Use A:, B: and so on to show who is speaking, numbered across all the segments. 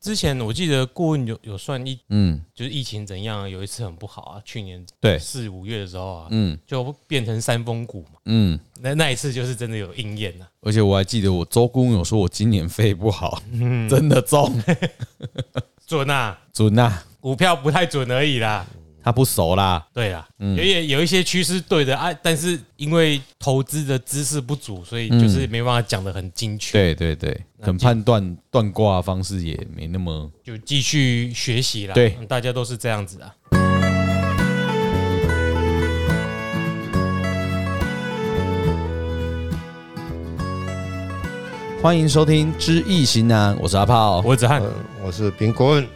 A: 之前我记得顾问有有算一，
B: 嗯
A: 就是疫情怎样，有一次很不好啊，去年
B: 对
A: 四五月的时候啊，
B: 嗯
A: 就变成山峰谷嘛，
B: 嗯，
A: 那那一次就是真的有应验啊呐、
B: 而且我还记得我周公有说我今年肺不好， 真的中
A: 准啊，
B: 准啊，
A: 股票不太准而已啦。
B: 他不熟啦，
A: 对啦，
B: 嗯
A: 有也有一些趋势对的啊，但是因为投资的知识不足，所以就是没办法讲的很精确。
B: 嗯对对对，很判断断卦的方式也没那么
A: 就继续学习啦。
B: 对
A: 嗯大家都是这样子啊。
B: 欢迎收听《知易行难》，我是阿炮。我
A: 我子汉
C: 呃，我是冰棍，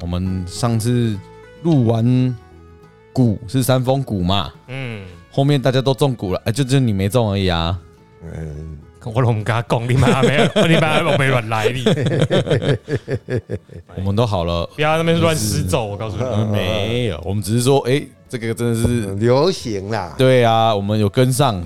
B: 我们上次录完鼓是三峰鼓嘛，
A: 嗯，
B: 后面大家都中鼓了，哎，就就你没中而已啊。
C: 嗯，
A: 我拢唔敢讲，你妈没有，你妈我没乱来你，
B: 我们都好了，
A: 不要在那 边乱施咒，我告诉
B: 我们
A: 你。
B: 没有，我们只是说，哎，这个真的是，
C: 流行啦，
B: 对啊，我们有跟上。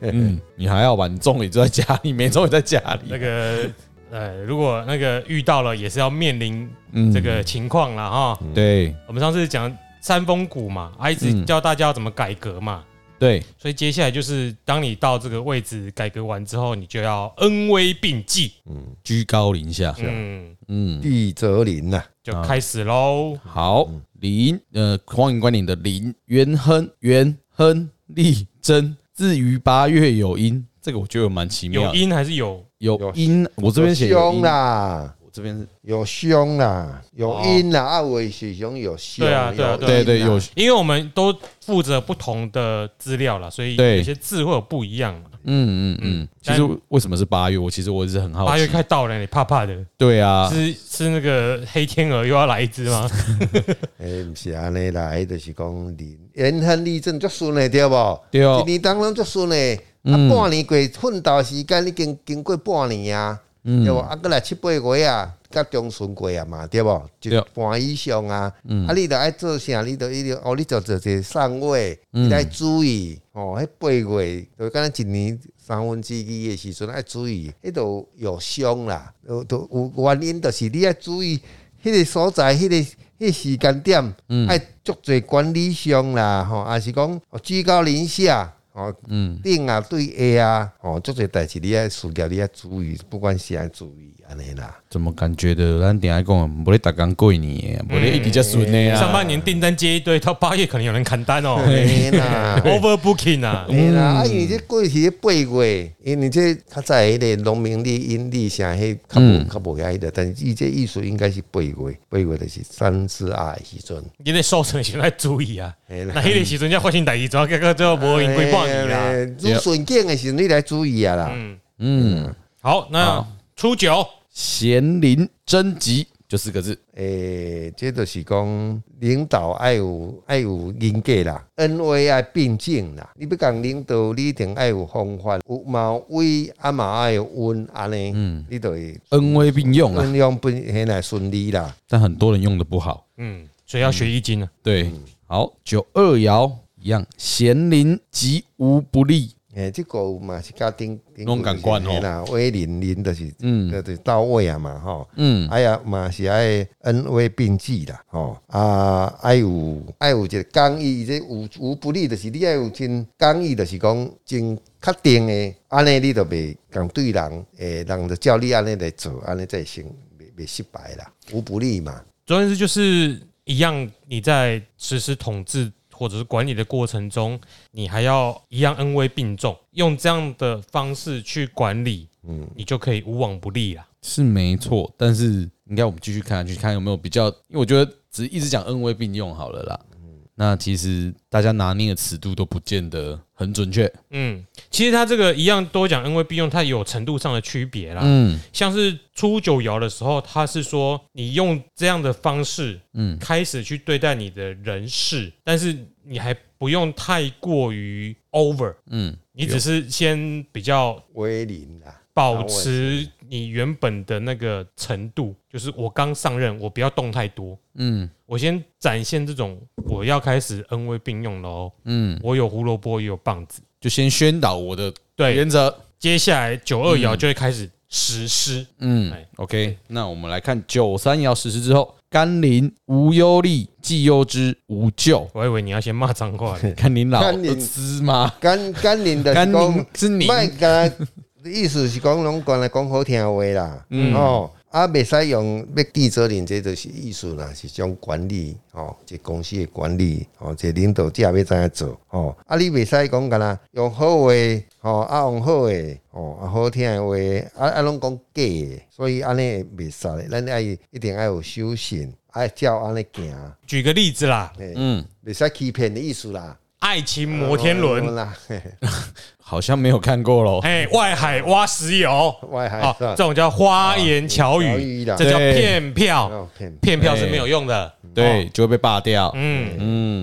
B: 嗯，你还好吧？你中了你就在家里，没中你在家
A: 那
B: 里。
A: 个 呃，如果那个遇到了，也是要面临
B: 嗯
A: 这个情况啦。哈。
B: 对
A: 我们上次讲山峰谷嘛，啊，一直
B: 嗯
A: 教大家要怎么改革嘛。
B: 对，
A: 所以接下来就是，当你到这个位置改革完之后，你就要恩威并济，
C: 嗯，
B: 居高临下。
A: 嗯，
B: 嗯，
C: 地泽林呐，
A: 就
B: 啊
A: 开始喽。
B: 好，林，呃，欢迎光临的林元亨元亨利贞。至于八月有音，这个我觉得蛮奇妙
A: 有
B: 的。
A: 音还是有？
B: 有音，我这边写有
C: 凶啊
B: 音，
C: 啦，
B: 我这边是
C: 有凶啦，有
A: 哦
C: 阴啦，阿伟是凶有凶，
A: 对啊对啊
C: 有
B: 对对
C: 阴
B: 有
C: 啦，
A: 因为我们都负责不同的资料啦，所以
B: 对
A: 有些字会有不一样嘛。
B: 嗯嗯嗯。其实为什么是八月？我其实我一直很好奇。
A: 八月快到了，你怕怕的？
B: 对啊，
A: 是是那个黑天鹅又要来一只吗？
C: 哎，不是安尼啦，伊就是讲林元亨利正足顺的对不？
B: 对嗯哦
C: 一年当中足顺的，啊，半年过奋斗时间已经经过半年啊，
B: 嗯
C: 对不？啊，过来七八月啊，甲中旬过啊嘛，对不？
B: 对嗯
C: 一半以上啊，啊，你着爱做啥？你着伊着哦，你着做者上位，
B: 嗯
C: 你得注意哦。迄八月就敢若一年三分之一的时阵爱注意，迄度有伤啦，有都有原因，就是你爱注意迄个所在，迄个。迄个时间点，
A: 嗯
C: 爱足侪管理上啦，吼，还是讲哦居高临下，哦，
A: 嗯
C: 顶啊对下啊，哦，足侪代志你爱事业你爱注意，不管是爱注意安尼啦。
B: 怎么感觉的？咱顶下讲，无咧打工过年，无咧一直在顺的
A: 上
B: 啊。
A: 半年订单接一堆，到八月可能有人砍单哦。
C: 嘿啦，
A: Overbooking 啊，
C: 嘿啦，啊，因为这过去八月，因为这较早迄个农民历、阴历啥迄较
A: 嗯
C: 无较无遐迄个，但是伊这艺术应该是八月，八月就是三至二的时阵。
A: 你得受伤时候要注意啊。
C: 嘿啦
A: 那迄个时阵才发生代志，主要结果最后无用规半年啦。
C: 如顺境的时候，你来注意啊啦。
B: 嗯，
A: 好，那初九
B: 贤林贞吉就四个字。
C: 诶、这就是讲领导爱有爱有人格啦，恩威爱并进啦。你要讲领导，你一定爱有方法，有嘛有威啊嘛爱有温安尼，你就会
B: 恩威并用啊，
C: 运用不很来顺利啦。
B: 但很多人用的不好。
A: 嗯，所以要学易经啊。
B: 对，好，九二爻一样，贤邻吉无不利。
C: 诶、这个嘛是甲顶顶
B: 拢同款哦
C: 嘿啦，威凛凛就是，
B: 嗯
C: 嗯，就是到位啊嘛吼。
B: 嗯，
C: 哎呀嘛是爱恩威并济啦，吼、啊，爱有爱有一个刚毅，这有无不利，就是你爱有真刚毅，就是讲真确定的，安尼你就袂共对人，诶，人就照你安尼来做，安尼才会成袂袂失败啦，无不利嘛，
A: 总而言之，就是一样，你在实施统治或者是管理的过程中，你还要一样恩威并重，用这样的方式去管理，嗯，你就可以无往不利啦。
B: 是没错，但是应该我们继续看下去，看有没有比较，因为我觉得只一直讲恩威并用好了啦。那其实大家拿捏的尺度都不见得很准确。
A: 嗯，其实它这个一样多讲恩威并用，它有程度上的区别啦。
B: 嗯
A: 像是初九爻的时候，它是说你用这样的方式，嗯，开始去对待你的人事，但是你还不用太过于 over，
B: 嗯，
A: 你只是先比较
C: 威凛啦，
A: 保持你原本的那个程度，就是我刚上任，我不要动太多，
B: 嗯
A: 我先展现这种我要开始恩威并用喽，
B: 嗯，
A: 我有胡萝卜也有棒子。
B: 就先宣导我的
A: 对，
B: 原则。
A: 接下来九二爻就会开始实施。
B: 嗯
A: 哎
B: ，OK，那我们来看九三爻实施之后，甘霖无忧虑，既忧之无咎。
A: 我还以为你要先骂脏话 嘞
B: 甘霖老
C: 甘霖
B: 司吗？
C: 甘甘霖的
B: 甘
C: 是
B: 霖
C: 讲，
B: 是你
C: 卖干，意思是讲拢管来讲好听话啦，哦，啊，袂使用要地责任，这就是意思啦，是一种管理哦，一公司的管理哦，一领导者要怎样做哦，啊，你袂使讲干啦，用好话哦，啊，用好的哦，啊，好听的话，啊啊，拢讲假的，所以安尼袂使的，咱爱一定爱有修行，爱照安尼行，
A: 举个例子啦，
B: 嗯，
C: 袂使欺骗的意思啦，哦
A: 爱情摩天轮，
C: 啦，嘿嘿
B: 好像没有看过咯。
A: 哎，外海挖石油，
C: 外海
A: 好，
C: 是吧
A: 这种叫花言巧
C: 哎啊巧
A: 语
C: 语，啦
A: 这叫
B: 对
A: 骗
C: 没
A: 票，
C: 有骗。
A: 骗票是没有用的。
B: 对，就会被罢掉。
A: 哦嗯，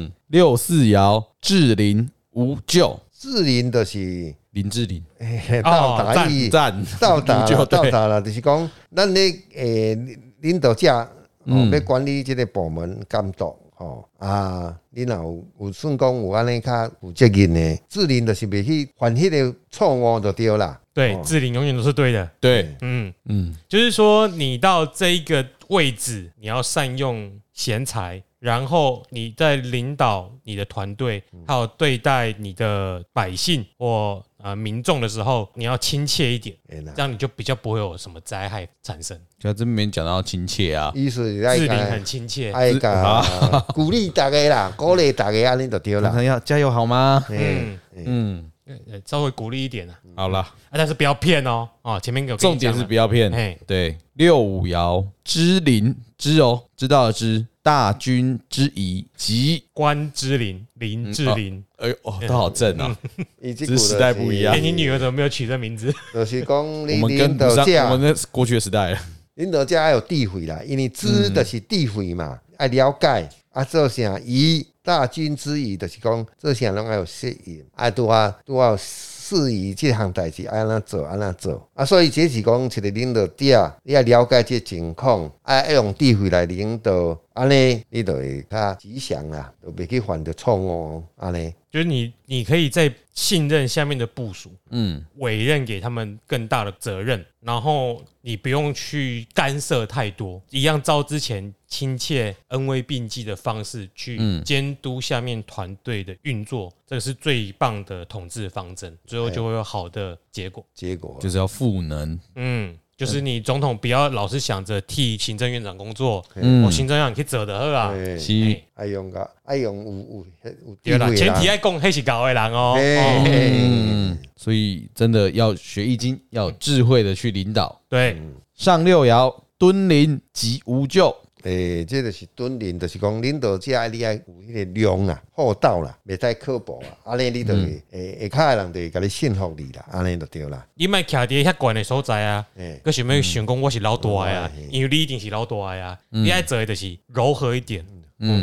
B: 嗯，六四爻志林无咎，
C: 志林就是
B: 林志玲
C: 嘿到达
A: 赞
C: 意，
B: 哦赞
C: 到 达
B: 无咎
C: 了
B: 对
C: 到达了，就是讲咱咧诶领导者哦
B: 嗯，
C: 要管理即个部门监督哦啊，你若有有算讲有安尼较有责任的，志林就是袂去犯迄个错误就对啦。
A: 对，
C: 哦
A: 志玲永远都是对的。
B: 对，
A: 嗯，
B: 嗯
A: 就是说你到这一个位置，你要善用贤才，然后你在领导你的团队，还有对待你的百姓或呃民众的时候，你要亲切一点，
C: 会哎啦
A: 这样你就比较不会有什么灾害产生。
B: 就这边讲到亲切啊，
C: 意思是
A: 志
C: 爱
A: 玲很
C: 甲
A: 亲切，
C: 爱甲 鼓励大 家啦，鼓励大家安尼就对
B: 常
C: 啦。
B: 常要加油好吗？
C: 嗯，
A: 嗯，
B: 嗯，
A: 呃稍微鼓励一点啊，
B: 好啦，
A: 啊但是不要骗哦，哦，前面有跟
B: 重
A: 你讲
B: 点
A: 了
B: 是不要骗。
A: 嘿
B: 对，六五爻知林知哦，知道的知，大军之仪吉。
A: 关之琳，林志玲，
B: 哎呦，哦，都好正啊！
C: 伊即
B: 只是时代不一样
A: 哎，你女儿怎么没有取这名字？
C: 就是讲
B: 我
C: 你
B: 们跟
C: 领
B: 不
C: 导
B: 上，
C: 者
B: 我。们那过去的时代了。
C: 领导者要有智慧啦，因为知就是智慧嘛，
A: 嗯
C: 爱、了解啊，做啥以大军之仪，就是讲做啥拢要有适应，啊，拄啊拄啊适宜即项代志爱安怎做安怎做啊，所以这是讲一个领导者，你要了解这情况，啊，要用智慧来领导，安尼你就会较吉祥啦，就袂去犯着错误安尼。
A: 就是你，你可以在信任下面的部署，
B: 嗯，
A: 委任给他们更大的责任，然后你不用去干涉太多，一样照之前亲切、恩威并济的方式
B: 嗯
A: 去监督下面团队的运作，这个是最棒的统治方针，最
B: 哎
A: 后就会有好的结果。
C: 结果
B: 就是要赋能。
A: 嗯，就是你总统不要老是想着替行政院长工作，
B: 嗯
A: 我、，行政院长去做的好啊。
C: 哎
B: 七
C: 爱用个爱用有有有
A: 对
C: 智
A: 啦，
C: 慧
A: 前
C: 啦
A: 提，爱讲黑是搞的人哦。
C: 哎
A: 哦
B: 嗯，所以真的要学易经，要有智慧的去领导。
A: 对，
B: 上六爻敦临即无咎，
C: 诶、这就是蹲领，就是讲领导者你爱有迄个量啦、厚道啦，袂使刻薄啦，安尼你就会诶下骹的人就会甲你信服你啦，安尼就对啦。
A: 你莫徛伫遐悬的所在啊。
C: 诶、
A: 佮想要想讲我是老大的啊
C: 嗯嗯，
A: 因为你一定是老大的啊，
B: 嗯
A: 你爱做的就是柔和一点，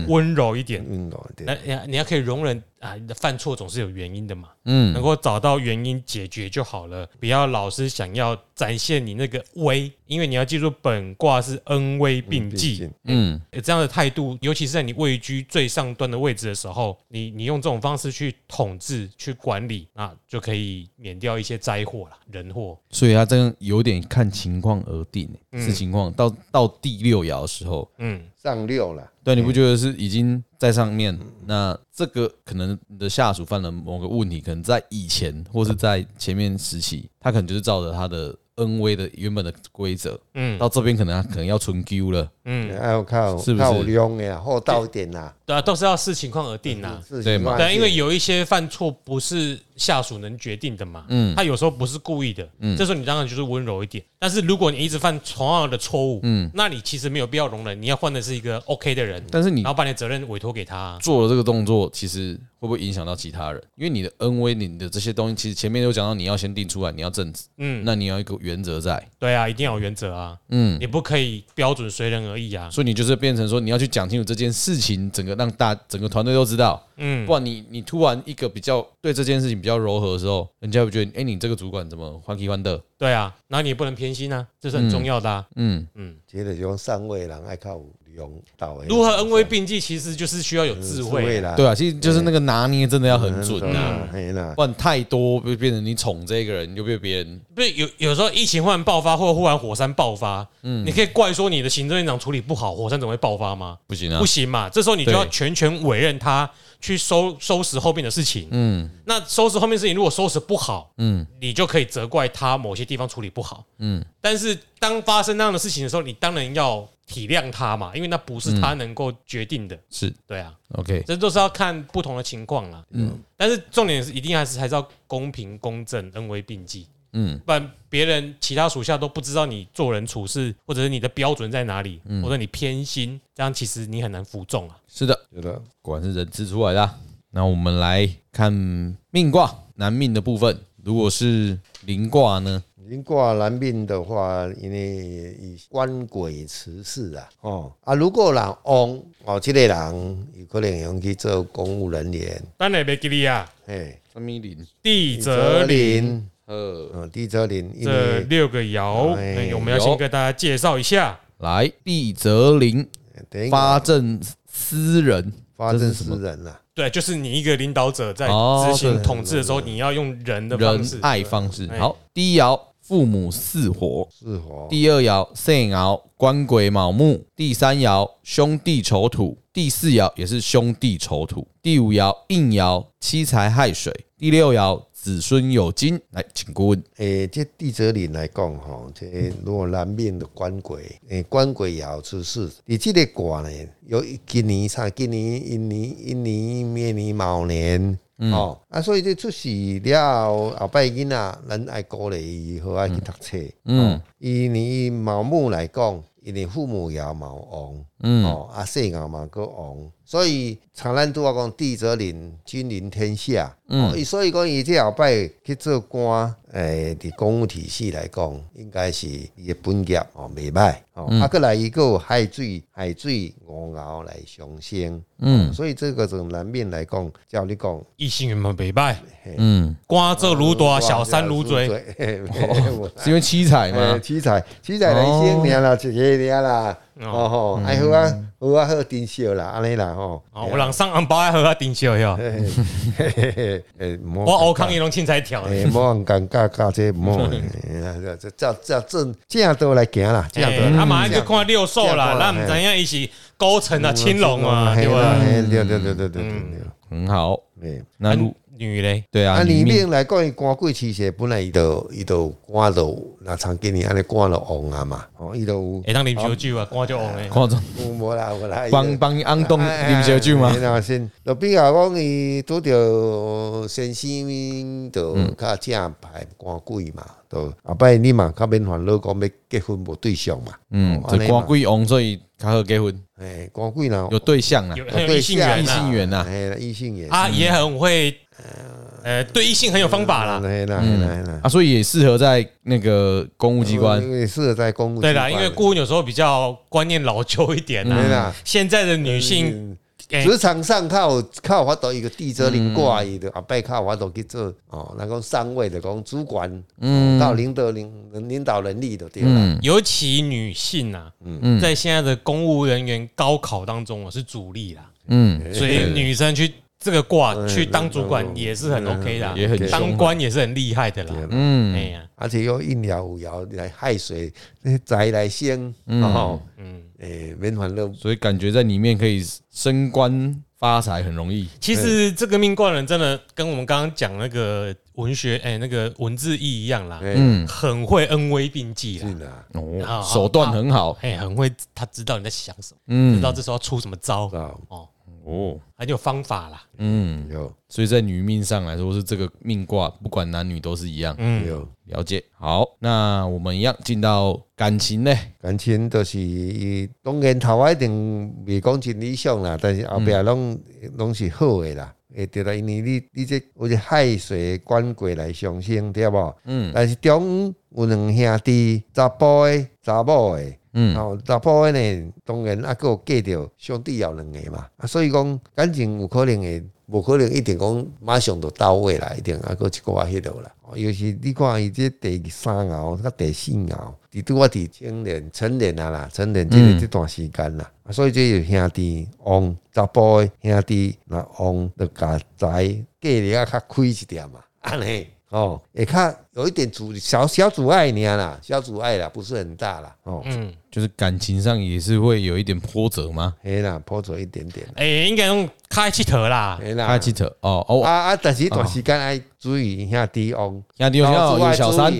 A: 温柔一点。
C: 运动对
A: 那，你要你要可以容忍啊，犯错总是有原因的嘛，能
B: 嗯，
A: 够找到原因解决就好了，不要老是想要展现你那个威，因为你要记住本卦是恩威并济，
B: 嗯，
A: 有这样的态度，尤其是在你位居最上端的位置的时候，你你用这种方式去统治、去管理，那就可以免掉一些灾祸啦、人祸。
B: 所以他这个有点看情况而定、
A: 嗯
B: 是情况。到到第六爻的时候，
A: 嗯，
C: 上六啦，
B: 对，你不觉得是已经在上面？那这个可能你的下属犯了某个问题，可能在以前或是在前面时期，他可能就是照着他的恩威的原本的规则，
A: 嗯
B: 到这边可能他可能要存 Q 了，
A: 嗯。
C: 啊还有靠
B: 是不是
C: 靠量的啦，厚道一点啦，
A: 对啊，都是要视情况而定啦。
C: 是
B: 对嘛
A: 对啊，因为有一些犯错不是下属能决定的嘛，嗯，他有时候不是故意的，嗯，这时候你当然就是温柔一点。但是如果你一直犯同样的错误，嗯，那你其实没有必要容忍，你要换的是一个 OK 的人，
B: 但是你
A: 然后把你的责任委托给他啊、
B: 做了这个动作，其实会不会影响到其他人？因为你的恩威，你的这些东西，其实前面有讲到，你要先定出来，你要正直，
A: 嗯，
B: 那你要有一个原则在，
A: 对啊，一定要有原则啊，
B: 嗯，
A: 你不可以标准随人而异啊，
B: 所以你就是变成说，你要去讲清楚这件事情，整个让大整个团队都知道，
A: 嗯
B: 不，然你你突然一个比较对这件事情比较柔和的时候，人家会觉得，哎、你这个主管怎么欢喜欢的？
A: 对啊，然后你也不能偏心啊，这是很重要的啊，
B: 嗯，
A: 嗯，
C: 即个是讲上位的人爱靠有量用到的。
A: 如何恩威并济，其实就是需要有智慧。
C: 啦？
B: 对啊，其实就是那个拿捏真的要很
C: 嗯，
B: 准
C: 对
B: 啊，
C: 啦，嘿啦，
B: 不然太多就变成你宠这个人，你就被别人
A: 不是有有时候疫情忽然爆发，或者忽然火山爆发，你可以怪说你的行政院长处理不好，火山怎么会爆发吗？
B: 不行啊
A: 不。行嘛，这时候你就要
B: 对
A: 全权委任他去收收拾后面的事情。
B: 嗯
A: 那收拾后面事情如果收拾不好，
B: 嗯，
A: 你就可以责怪他某些地方处理不好。
B: 嗯
A: 嗯，但是当发生那样的事情的时候，你当然要体谅他嘛，因为那不是
B: 嗯
A: 他能够决定的。
B: 是
A: 对啊，
B: OK，
A: 这都是要看不同的情况啦。嗯，但是重点是一定还是还是要公平公正、恩威并济，
B: 嗯
A: 不然别人其他属下都不知道你做人处事或者是你的标准在哪里，
B: 嗯
A: 或者你偏心，这样其实你很难服众啊。
B: 是的，
C: 对啦，
B: 果然是人吃出来的啊。那我们来看命卦男命的部分，如果是灵卦呢？
C: 您挂男命的话，因为以官鬼辞世啊，哦啊，如果人翁哦，这个人有可能用去做公务人员，
A: 当然别给你啊，
C: 嘿，
B: 什么灵？
A: 地泽林。
C: 林，
B: 呃，
C: 嗯，地泽林，因
A: 这
C: 为
A: 六个爻，
C: 哎
A: 那我们要先跟大家介绍一下。
B: 来地泽灵
C: 等于
B: 发正思人，
C: 发
B: 这
C: 证
B: 是什
C: 诗
B: 么
C: 人啊呐，
A: 对，就是你一个领导者在
B: 哦
A: 执行
B: 对
A: 统治的时候，你要用人的方式
B: 仁。爱方式。
A: 哎
B: 好，第一爻父母四火，
C: 是哦否？
B: 第二爻肾爻官鬼卯木，第三爻兄弟丑土，第四爻也是兄弟丑土，第五爻应爻七财亥水，第六爻子孙有金。来，请顾问，
C: 诶、这地泽林来讲吼，这如果南面的官鬼，诶、官鬼也好出事。你这个卦呢，有今年差，今年一年一年明年卯年，
B: 嗯
C: 哦啊，所以这出事了后，后摆囡仔咱爱鼓励伊好爱去读册。
B: 嗯
C: 伊年卯木来讲，伊的父母也卯旺，
B: 嗯
C: 哦啊，世爻嘛个旺，所以像咱拄仔讲地则临，君临天下。
B: 嗯
C: 哦，所以讲伊这后摆去做官，诶、伫公务体系来讲，应该是伊的本业哦，袂歹哦。啊，过来伊个有海水，海水五鳌来上升，
B: 嗯
C: 所以这个从南面来讲，照你讲，
A: 异性缘们北拜，
B: 嗯，
A: 瓜这如多，小三如
C: 锥
A: 锥。，
C: 嘿嘿嘿我
B: 是因为七财
C: 哎，
B: 吗？
C: 七彩，七彩人生尔啦，一个尔啦，哦吼，哎好啊，好啊，好珍惜啦，安尼啦吼。
A: 哦，我让上红包和他顶笑哟，
C: 嘿嘿嘿嘿嘿，我
A: 我欧康一龙青才挑的。
C: 诶，哎莫很尴尬，尬这莫，哎这这这正正道来行啦，正
A: 哎
C: 道。
A: 他马上就看六兽啦，
C: 这样
A: 那我们怎样一起勾成啊，青龙啊，对
C: 对吧？
A: 吧？
C: 对对对对对对。
B: 很好，
C: 对，
B: 那如
A: 啊女嘞，
B: 对啊，
C: 啊，
B: 你
C: 里
B: 命
C: 面来讲，伊官贵其实本来伊都伊都官都，那长今年安尼官都旺啊嘛，哦，伊都
A: 哎，当林小酒啊，瓜就红嘞。
B: 夸张，
C: 有无啦，有啦，
B: 帮帮安东啉烧酒吗
C: 哎？那先，就比较讲伊拄着先生，就较正牌官贵嘛，就后摆你嘛较免烦恼讲要结婚无对象嘛。
B: 嗯，
C: 哦
B: 这
C: 安尼嘛
B: 官贵翁，所以他和结婚
C: 哎，官贵啦，
B: 有对象啊啦
A: 有，很有异性缘
B: 异
A: 呐
B: 性，缘呐，
C: 哎，异性缘
A: 啊也很会，呃，对异性很有方法啦。
C: 哎啦哎啦哎啦，
B: 啊，所以也适合在那个公务机关
C: 因为适合在公务
A: 对
C: 啦，
A: 啦，因为顾问有时候比较观念老旧一点
C: 对
A: 啦。
C: 啦，
A: 现在的女性，哎
C: 嗯职场上靠靠法度一个地泽林挂伊的，后摆靠法度去做哦，那讲上位的讲主管，嗯，到领导领领导能力的对啦。
A: 尤其女性啊，在现在的公务人员高考当中，我是主力啦，
B: 嗯，
A: 所以女生去这个挂去当主管
C: 嗯
A: 也是很 OK 的啊，
B: 也很凶啊
A: 当官也是很厉害的啦。嗯，哎呀，
C: 而且又一鸟五爻来亥水，那宅来生，哦，
A: 嗯，
C: 诶，免烦恼，
B: 所以感觉在里面可以升官发财很容易。
A: 其实这个命卦人真的跟我们刚刚讲那个文学，哎，那个文字意一样啦，
C: 嗯，
A: 很会恩威并济啦，
C: 是啦，
A: 好
B: 哦，
A: 好
B: 手段很好
A: 哎，很会，他知道你在想什么，
B: 嗯
A: 知道这时候要出什么招
C: 知，道
A: 哦，
B: 哦，
A: 很有方法啦。
B: 嗯，
C: 有
B: 所以在女命上来说是这个命卦，不管男女都是一样。
A: 嗯，
C: 有
B: 了解，好，那我们一样进到感情呢，
C: 感情就是当然头啊一定未讲真理想啦，但是后壁拢拢是好的啦。诶，对啦，因为你你这有只亥水官鬼来上升，对无？嗯，但是中间有两兄弟，查甫的、查某的，
B: 嗯
C: 哦，老婆呢，当然啊，还有嫁着兄弟有两个嘛，啊，所以讲感情有可能会，无可能一定讲马上就到位啦，一定啊，还有一个啊，迄落啦。哦尤其你看伊这第三熬甲第四熬，伫拄我伫青年、成年啊啦，成年即个即段时间啦，啊，所以这就兄弟旺查甫的兄弟，若旺就甲财嫁入啊较开一点嘛，安尼。哦，会较有一点阻小小阻碍你啦，小阻碍啦，不是很大啦。哦，
A: 嗯，
B: 就是感情上也是会有一点波折吗？
C: 嘿啦，破折一点点，
A: 哎、应该用开气头啦，
C: 嘿
B: 啊他
C: 啦。
B: 记得哦哦
C: 啊，啊！但是短时间爱注意一下低翁，
B: 压力要哦有小三，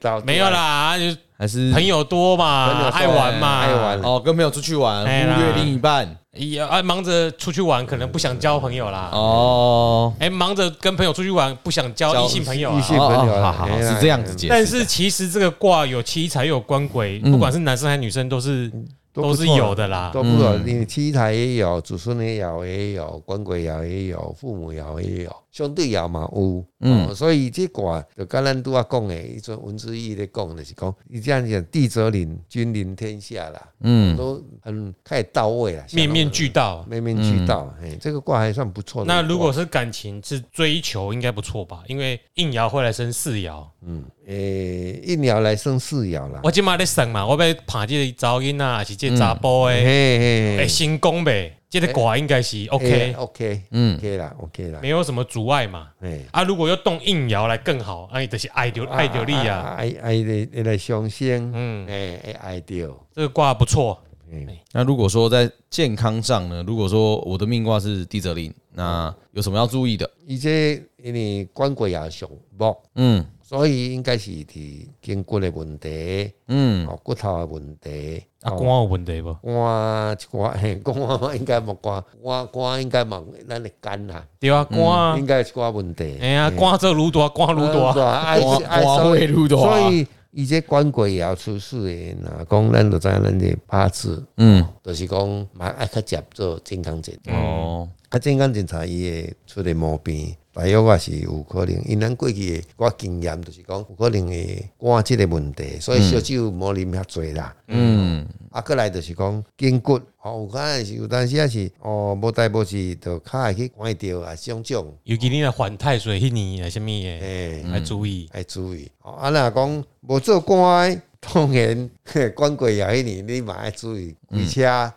C: 三
A: 没有，啦，就是
B: 还是
A: 朋友多
C: 朋
A: 嘛，
C: 友多
A: 爱玩嘛，
C: 哎爱玩
B: 哦，跟朋友出去玩，
A: 哎啦
B: 忽略另一半
A: 也啊忙着出去玩，可能不想交朋友啦。
B: 哦，
A: 哎、忙着跟朋友出去玩，不想交
B: 交
A: 异性朋友
C: 异
A: 啊。
C: 性朋友
B: 哦哦
C: 啦
B: 好好好
C: 嘿啦
B: 是这样子解释的。
A: 但是其实这个卦有七财又有官鬼，不管是男生还是女生，都是都是有的啦。
C: 都不
B: 嗯
C: 错。你七台也有，祖孙也有，也有官鬼爻也有，父母爻也有，兄弟爻嘛有。嗯，所以这卦就跟咱拄啊讲的，迄阵文之义咧讲的是讲，你这样讲地则临，君临天下啦，
B: 嗯，
C: 都很太到位了，
A: 面面俱到。
C: 面面俱到。嘿，这个卦还算不错的卦。
A: 那如果是感情是追求，应该不错吧？因为应爻会来生四爻，
C: 诶、一鸟来生四爻啦。
A: 我今嘛在算嘛，我要拍这个噪音啊，还是这个查甫
C: 嘿
A: 的，
C: 嘿
A: 哎，
C: 嘿
A: 成功呗，这个卦应该是
C: 嘿
A: OK，
C: OK，
B: 嗯
C: 嗯，OK 啦，OK 啦
A: 没，有什么阻碍嘛。
C: 哎，
A: 啊，如果要动应爻来更好，那你就是爱丢爱丢力啊。
C: 爱爱的爱来上升，
A: 嗯，
C: 哎哎爱着，
A: 这个卦不错，
C: 嗯，
B: 那如果说在健康上呢，如果说我的命卦是地泽令，那有什么要注意的？
C: 伊这因为官鬼也上木，
B: 嗯
C: 所以应该是伫筋骨的问题，
B: 嗯，
C: 哦，骨头的问题，
A: 啊，
C: 哦
A: 官有问题不？
C: 肝一寡，嘿，肝应该无肝，肝肝应该嘛咱的肝啦，
A: 对啊，官啊
C: 应，该有一寡问题。
A: 哎呀，官这愈大，官愈大。
C: 爱
B: 哇
C: 爱
B: 哇
C: 所以
B: 呃会愈大
C: 所以伊这官鬼也要出事的。那讲咱就知影咱的八字，
B: 嗯
C: 就是讲嘛爱较接做健康检查，
B: 哦，
C: 啊健康检查伊会出的毛病。大约也是有可能，因咱过去的我经验就是讲，有可能会肝即个问题，所以烧酒无啉遐多啦。
B: 嗯
C: 啊，过来就是讲筋骨，哦，有可能是有当时也是哦，无代无志，就较会去关着啊，种种，
A: 尤其你若犯太岁迄年啊，什么的，
C: 诶、
A: 要注意。
C: 爱注意。哦，啊，若讲无做官的，当然嘿官过也迄年，你嘛爱注意开车、啊，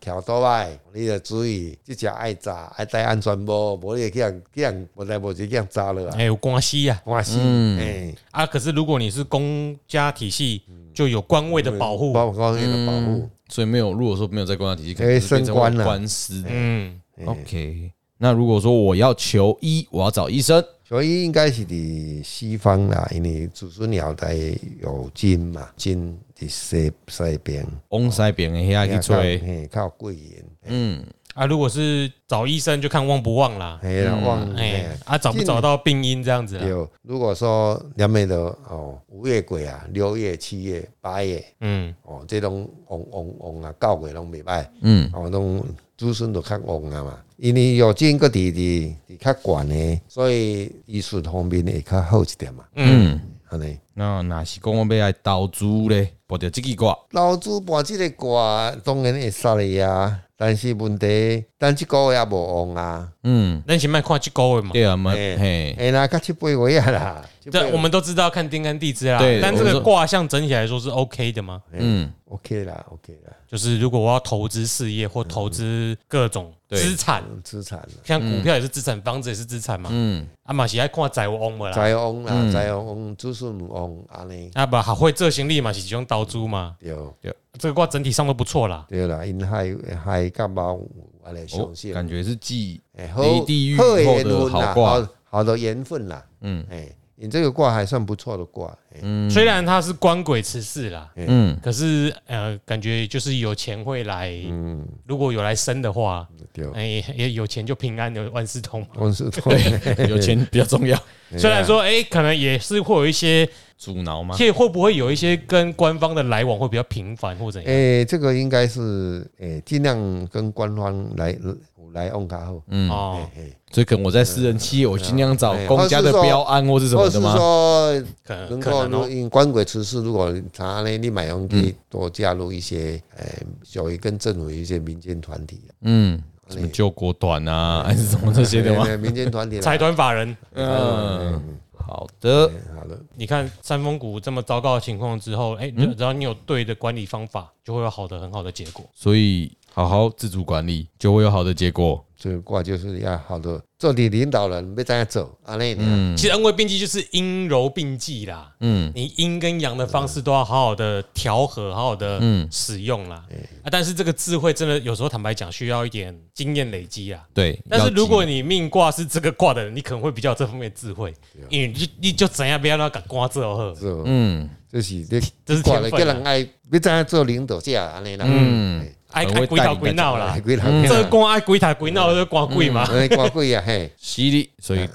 C: 桥倒来，你着注意，即只爱扎，爱戴安全帽，无你会去人去人无代无志去人扎落
A: 哎、
C: 啊，
A: 有关系啊
C: 关死
B: 嗯
C: 诶，
A: 啊！可是如果你是公家体系，就有官位的嗯保护。
C: 包括那个保护，
B: 所以没有，如果说没有在官场体系，可
C: 哎
B: 能就是变成
C: 升官了
B: 官司。
A: 嗯，
B: OK，那如果说我要求医，我要找医生。
C: 所以应该是伫西方啦，因为祖孙鸟在有金嘛，金伫西西边，
B: 翁塞边的遐去
C: 较
B: 吹，
C: 嘿，较有贵人，
B: 嗯，
A: 啊，如果是找医生就看旺不旺啦，
C: 嘿啦，忘
B: 嗯
A: 哎、
C: 嘿
A: 啊，找不找到病因这样子啦。
C: 对，如果说两面的哦，五月鬼啊，六月、七月、八月
A: 嗯，
C: 哦，这种旺旺旺啊，九月拢袂歹，
B: 嗯，
C: 哦，拢子孙都较旺啊嘛。因为药金个伫伫伫较悬诶，所以医术方面会较好一点嘛。
A: 嗯，
C: 安尼，
B: 那哪是讲我要来投资咧？不着这个卦，
C: 老子盘即个卦当然会杀你啊，但是问题，咱即个月也无旺啊，
B: 嗯，
A: 咱先卖看这个月嘛。
B: 对啊，嘛，
C: 哎
B: 嘿，
C: 哎啦，较七八月啊啦， 七八
A: 这嗯
C: 月
A: 我们都知道看天干地支啦
B: 对，
A: 但这
B: 我
A: 个
B: 说
A: 卦象整体来说是 OK 的吗？
B: 嗯，
C: OK 啦，OK 啦，
A: 就是如果我要投资事业或投资各种
B: 对
A: 资产，
C: 资产啦。
A: 像股票也是资产，房子也是资产嘛。
B: 嗯，
A: 啊嘛是爱看财旺嘛啦。嗯
C: 财旺啦，财旺旺，子孙旺，安尼
A: 啊，不，好会做行李嘛，是一种投资嘛，
C: 对
A: 这个卦整体上都不错啦。
C: 对啦，因海海甲猫有安尼
B: 哦
C: 相，信，
B: 感觉是记，
C: 哎好
B: 离地狱以
C: 好
B: 后
C: 的缘
B: 的
C: 分
B: 好
C: 啦，
B: 卦
C: 好好的缘分啦，嗯，哎，你这个卦还算不错的卦，嗯，
A: 虽然它是官鬼持世啦，
B: 嗯，
A: 可是呃，感觉就是有钱会来，
C: 嗯
A: 如果有来生的话，
C: 对，
B: 哦
A: 哎、也有钱就平安，有万事通嘛。
C: 公司对，
B: 有钱比较重要，
A: 哎虽然说哎、可能也是会有一些
B: 阻挠吗？
A: 所以会不会有一些跟官方的来往会比较频繁或怎样？
C: 诶、哎这个应该是诶，尽、量跟官方来来往较好。
B: 嗯，
A: 哦，
C: 嘿
B: 所以可能我在私人企业，我尽量找
C: 哎
B: 公家的
C: 或是说
B: 标案或是什
C: 或
B: 么
C: 是
B: 的吗？
C: 说，
A: 可能
C: 能
A: 可
C: 够
A: 能
C: 录
A: 哦
C: 音官鬼厨师，如果他呢，你买用可
B: 嗯
C: 以多加入一些呃，属于跟政府一些民间团体啊啦
B: 嗯，
C: 哎
B: 什么救国团啊， 还是什么这些的吗？
C: 对对 民间团体啦
A: 财团法人，
C: 哎
B: 嗯，好的，
C: 嗯好了，
A: 你看山峰谷这么糟糕的情况之后，哎、
C: 嗯
A: 只要你有对的管理方法，就会有好的很好的结果。
B: 所以好好自主管理就会有好的结果。
C: 这个卦就是要好的，做你领导人要怎样走，安内嗯，
A: 其实恩威并济就是阴柔并济啦，嗯，你阴跟阳的方式都要好好的调和，好好的
B: 嗯
A: 使用啦。啊，但是这个智慧真的有时候坦白讲，需要一点经验累积啦。
B: 对，
A: 但是
B: 要
A: 如果
B: 记
A: 你命卦是这个卦的人，你可能会比较有这方面的智慧，因为你就你就怎样不要让它刮这呵，
C: 是哦，
B: 嗯
C: 这是你
A: 这是
C: 挂
A: 天
C: 了，
A: 分啊
C: 叫人爱要怎样做领导者，安内啦，
B: 嗯
C: 哎，
A: 爱
B: 很会
A: 爱鬼
B: 带
A: 讨
B: 领
A: 鬼闹啦
C: 哎，几人
B: 嗯
C: 听
A: 这
C: 啦
A: 个卦爱鬼讨鬼闹就刮鬼嘛。
C: 哎，挂贵啊，嘿，
B: 犀利，所以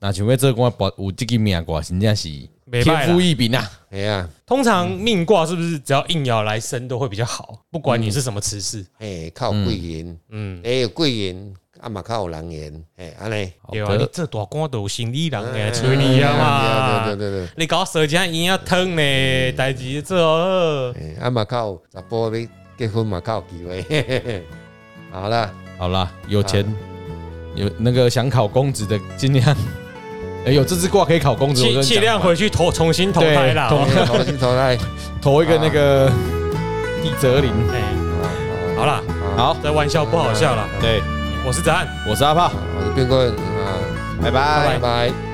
B: 那像要做官保有这个命卦，真正是
A: 没办法
B: 天赋异禀啊。
C: 哎呀，
A: 通常命卦是不是只要硬爻来生都会比较好？不管你是什么词势，
C: 嘿，靠贵人，
A: 嗯，
C: 哎，有贵人，啊嘛靠有人缘，哎，安内，
B: 好
A: 对啊，你
B: 的，
A: 这大官都有心理人诶，催你啊嘛。
C: 哎对对对对。
A: 你搞手机一要疼呢，代志做呃好。
C: 诶，啊嘛靠，查甫要结婚嘛靠机会。嘿嘿嘿好啦，
B: 好啦，有钱有那个想考公职的，尽量。 哎呦，这只卦可以考公职，我
A: 气
B: 跟你
A: 气
B: 讲
A: 量回去投重新投胎啦。
B: 对
A: 哦
C: 哎重新投胎。
B: 投一个那个地泽林。
A: 哎好啦，
B: 好，
A: 这玩笑不好笑啦。
B: 对，
A: 我是子涵。
B: 我是阿炮，
C: 我是边哥，啊，
B: 拜拜
C: 拜。拜。
A: 啊